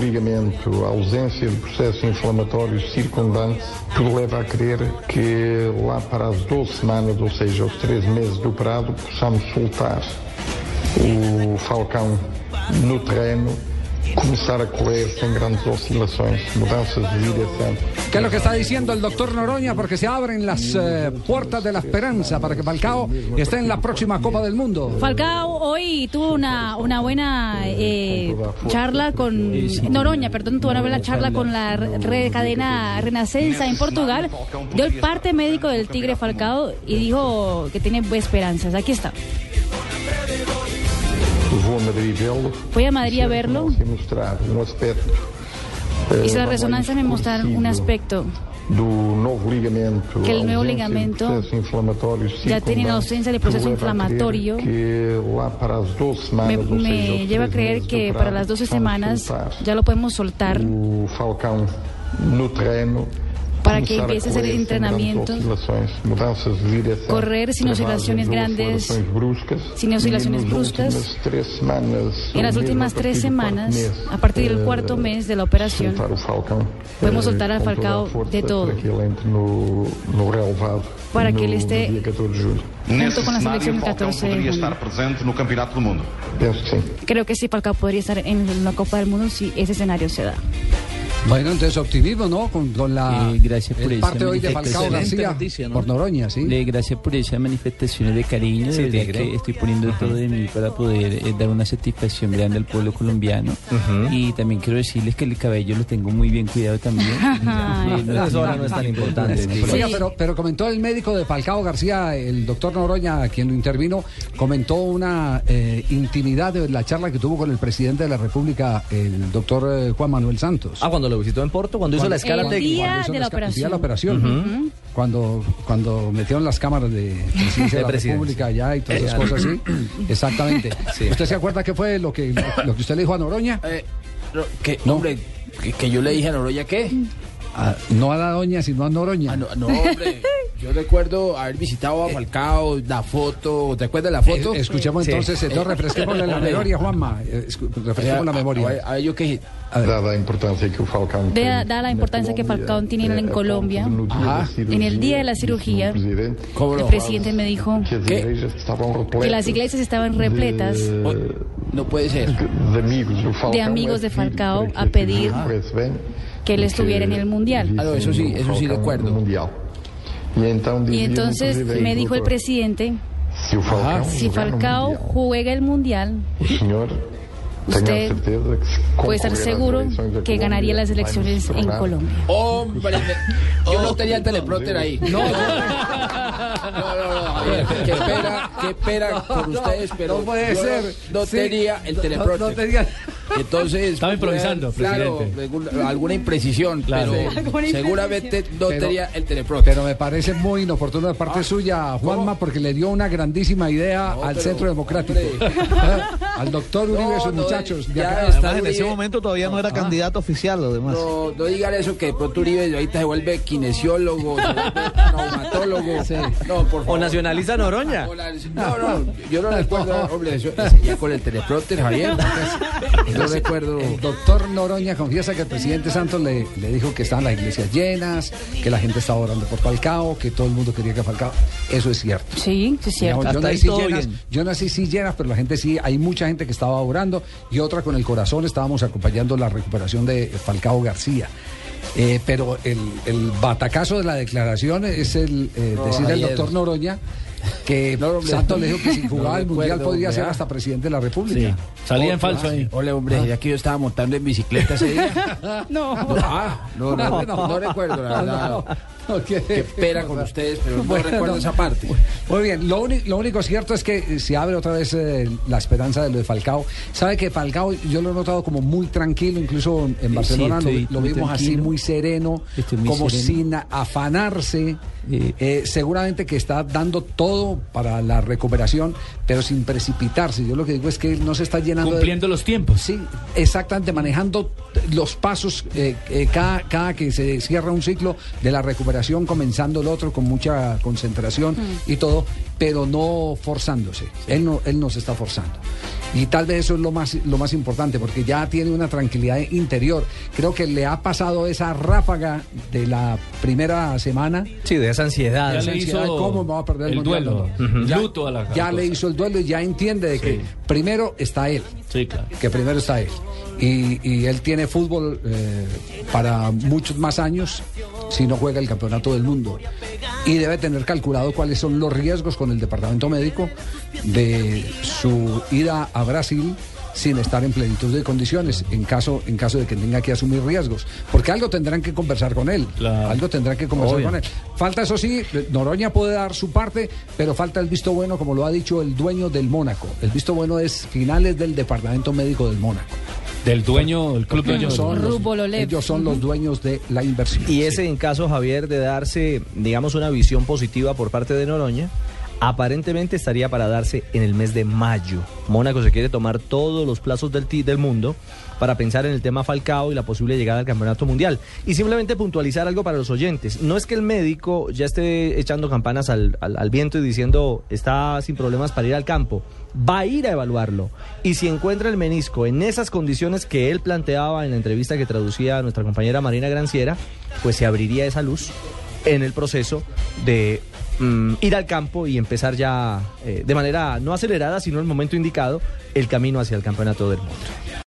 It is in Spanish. ligamento, a ausência de processo inflamatório circundante, tudo leva a crer que lá para as 12 semanas, ou seja, os 13 meses do prado, possamos soltar o falcão no terreno comenzar a correr sin grandes oscilaciones, mudanzas de dirección. ¿Qué es lo que está diciendo el doctor Noroña? Porque se abren las eh, puertas de la esperanza para que Falcao esté en la próxima Copa del Mundo. Falcao hoy tuvo una, una buena eh, charla con Noroña, perdón, tuvo una buena charla con la red cadena Renascença en Portugal. Dio el parte médico del Tigre Falcao y dijo que tiene esperanzas. Aquí está. Vou a Madrid vê-lo. é Fui a Madrid a verlo. Se mostrar um aspecto. eh, Hice las mais resonancias, me mostraron un conhecido aspecto. Do novo ligamento. Que el nuevo ausência de ligamento processo inflamatório ya tiene la circundante, ausencia del proceso que leva a crer inflamatorio. Que lá para as 12 Me, semanas, ou seja, os me três lleva a creer meses do que prazo, para las 12 vamos semanas soltar ya lo podemos soltar O Falcão no terreno. Para que começar empiece a hacer correr sem grandes entrenamientos. oscilações, Mudanças de direção. Correr sin trabalho, duas oscilações grandes, oscilações bruscas. sin oscilações E nas bruscas. últimas três semanas, en las mesmo últimas a partir do tres quarto semanas, mês, a partir del eh, cuarto mes de la operación. soltar o Falcão. Podemos eh, soltar al com toda a Falcao força de todo. Para que ele entre no, no relevado. Para que no- ele esté- No dia 14 de julho. Junto Nesse com a cenário, seleção o Falcão 14 de poderia junho. estar presente no Campeonato do Mundo. Penso que sim. Creo que sí, Falcao podría estar en la Copa del Mundo si ese escenario se da. Bueno, entonces optimismo, ¿no? Con, con la Eh, gracias por el esa parte hoy de manifestación. Falcao Excelente García noticia, ¿no? por Noroña, ¿sí? Le gracias por esas manifestaciones de cariño, de verdad que estoy poniendo todo de mí para poder eh, dar una satisfacción grande al pueblo colombiano. Y también quiero decirles que el cabello lo tengo muy bien cuidado también. Ay. Las horas no es tan importante. ¿no? Oiga, Sí. pero, pero comentó el médico de Falcao García, el doctor Noroña, quien lo intervino, comentó una eh, intimidad de la charla que tuvo con el presidente de la República, el doctor eh, Juan Manuel Santos. Ah, cuando lo visitó en Porto, cuando hizo la escala El técnica. día hizo de las la ca- el día operación. de la operación. Cuando, cuando metieron las cámaras de presidencia de, De la presidencia. República allá y todas esas Eh, cosas así. Exactamente. Sí. ¿Usted se acuerda qué fue lo que, lo, que usted le dijo a Noroña? Eh, no, que, No. Hombre, que, que yo le dije a Noroya qué. Ah, no a la doña, sino a Noroña. Ah, no, no, hombre. Yo recuerdo haber visitado a Falcao, la foto. ¿Te acuerdas de la foto? Eh, escuchemos entonces, entonces refresquemos la memoria, Juanma. Eh, escu- Refresquemos la Ah, A ver, memoria. a ver, yo qué dije. Dada a importância que o Falcão De- tem. dada a na importância que Colômbia, Falcão tem eh, em a Colômbia. ponto de, no dia Ajá. da cirurgia, En el día de la disse cirugía, o presidente ¿Cómo El no? presidente me dijo que as ¿Qué? igrejas estavam repletas que las iglesias estaban repletas Oh, No puede ser. de amigos do Falcao, De amigos de a pedir Falcao para que a pedir tudo corresse bem, que él porque estuviera en el Mundial. dizem Ah, no, eso sí, o eso sí Falcao recuerdo. no Mundial. Y entonces, "Pues, y entonces me dijo el presidente, Si o Falcao, si jogar no Falcao Mundial, juega el Mundial, o senhor usted tenha certeza que se puede estar concorrerá a seguro eleições da que Colômbia, ganaría las vai nos elecciones en tornar Colombia. Hombre, me- yo no tenía el teleprompter ahí. No, no, no, no, a ver, Qué pena, qué pena por ustedes, pero no puede yo ser. no Sí. tenía el No- teleprompter. no tenía- Entonces, pues, Estaba improvisando, claro, alguna- alguna imprecisión, Claro. pero Alguna seguramente no Pero- tenía el teleprompter. Pero me parece muy inoportuno de parte suya, Juanma, porque le dio una grandísima idea Ah, No, al pero, Centro Democrático. hombre. ¿Eh? Al doctor Uribe y No, sus no, muchachos. de ya acá. está Además, en ese Uribe. momento todavía no era candidato oficial, además. No, no digan eso que de pronto Uribe ahorita se vuelve kinesiólogo, se vuelve traumatólogo. No, por O favor. nacionaliza Noroña. Hola, No, no, yo no recuerdo, hombre, yo ya con el teleprompter, Javier. No recuerdo. El pues. doctor Noroña confiesa que el presidente Santos le, le dijo que estaban las iglesias llenas, que la gente estaba orando por Falcao, que todo el mundo quería que Falcao. Eso es cierto. Sí, sí es cierto. Digamos, yo, Hasta ahí nací todo llenas, bien. yo nací sí llenas, pero la gente sí, hay mucha gente que estaba orando y otra con el corazón estábamos acompañando la recuperación de Falcao García. Eh, pero el, el batacazo de la declaración es el eh, No, decir al Javier. doctor Noroña que No, hombre. Santos le dijo que si No jugaba el Mundial recuerdo, podía hombre, ser ah. hasta presidente de la Sí, República. salía en falso ahí. Ah. Hola, hombre, ya que yo estaba montando en bicicleta ese día. No. Ah, no, no, no, no recuerdo, la verdad. No, que- Qué pena con ustedes, pero no recuerdo esa parte. Muy bien, lo, uni- lo único cierto es que eh, se abre otra vez eh, la esperanza de lo de Falcao. Sabe que Falcao yo lo he notado como muy tranquilo, incluso en Sí, Barcelona lo- estoy lo, muy vimos así tranquilo. muy sereno, Estoy muy como sereno. sin a- afanarse. Sí. Eh, seguramente que está dando todo para la recuperación, pero sin precipitarse. Yo lo que digo es que él no se está llenando de... Cumpliendo los tiempos. Pues Sí, exactamente, manejando los pasos eh, eh, cada, cada que se cierra un ciclo de la recuperación. recuperación, comenzando el otro con mucha concentración y todo, pero no forzándose. Él no, él no se está forzando. Y tal vez eso es lo más, lo más importante, porque ya tiene una tranquilidad interior. Creo que le ha pasado esa ráfaga de la primera semana. Sí, de esa ansiedad. esa ansiedad de ¿Cómo me va a perder el, el Mundial? duelo, No, no. Ujú. Ya- luto a la- Ya cosa. le hizo el duelo y ya entiende de que primero está él Sí, claro. que primero está él. Y, y él tiene fútbol eh, para muchos más años si no juega el campeonato del mundo. Y debe tener calculado cuáles son los riesgos con el departamento médico de su ida a Brasil sin estar en plenitud de condiciones en caso en caso de que tenga que asumir riesgos porque algo tendrán que conversar con él Claro. algo tendrán que conversar Obvio. con él falta eso sí Noroña puede dar su parte pero falta el visto bueno como lo ha dicho el dueño del Mónaco el visto bueno es finales del departamento médico del Mónaco Del dueño, del club dueño. ellos son, del- los, Rubololev. ellos son los dueños de la inversión Y ese en caso, Javier, de darse, digamos, una visión positiva por parte de Noroña, aparentemente estaría para darse en el mes de mayo. Mónaco se quiere tomar todos los plazos del, ti- del mundo para pensar en el tema Falcao y la posible llegada al Campeonato Mundial. Y simplemente puntualizar algo para los oyentes. No es que el médico ya esté echando campanas al, al- al viento y diciendo está sin problemas para ir al campo. Va a ir a evaluarlo. Y si encuentra el menisco en esas condiciones que él planteaba en la entrevista que traducía a nuestra compañera Marina Granciera, pues se abriría esa luz en el proceso de mm, ir al campo y empezar ya eh, de manera no acelerada, sino en el momento indicado, el camino hacia el campeonato del mundo.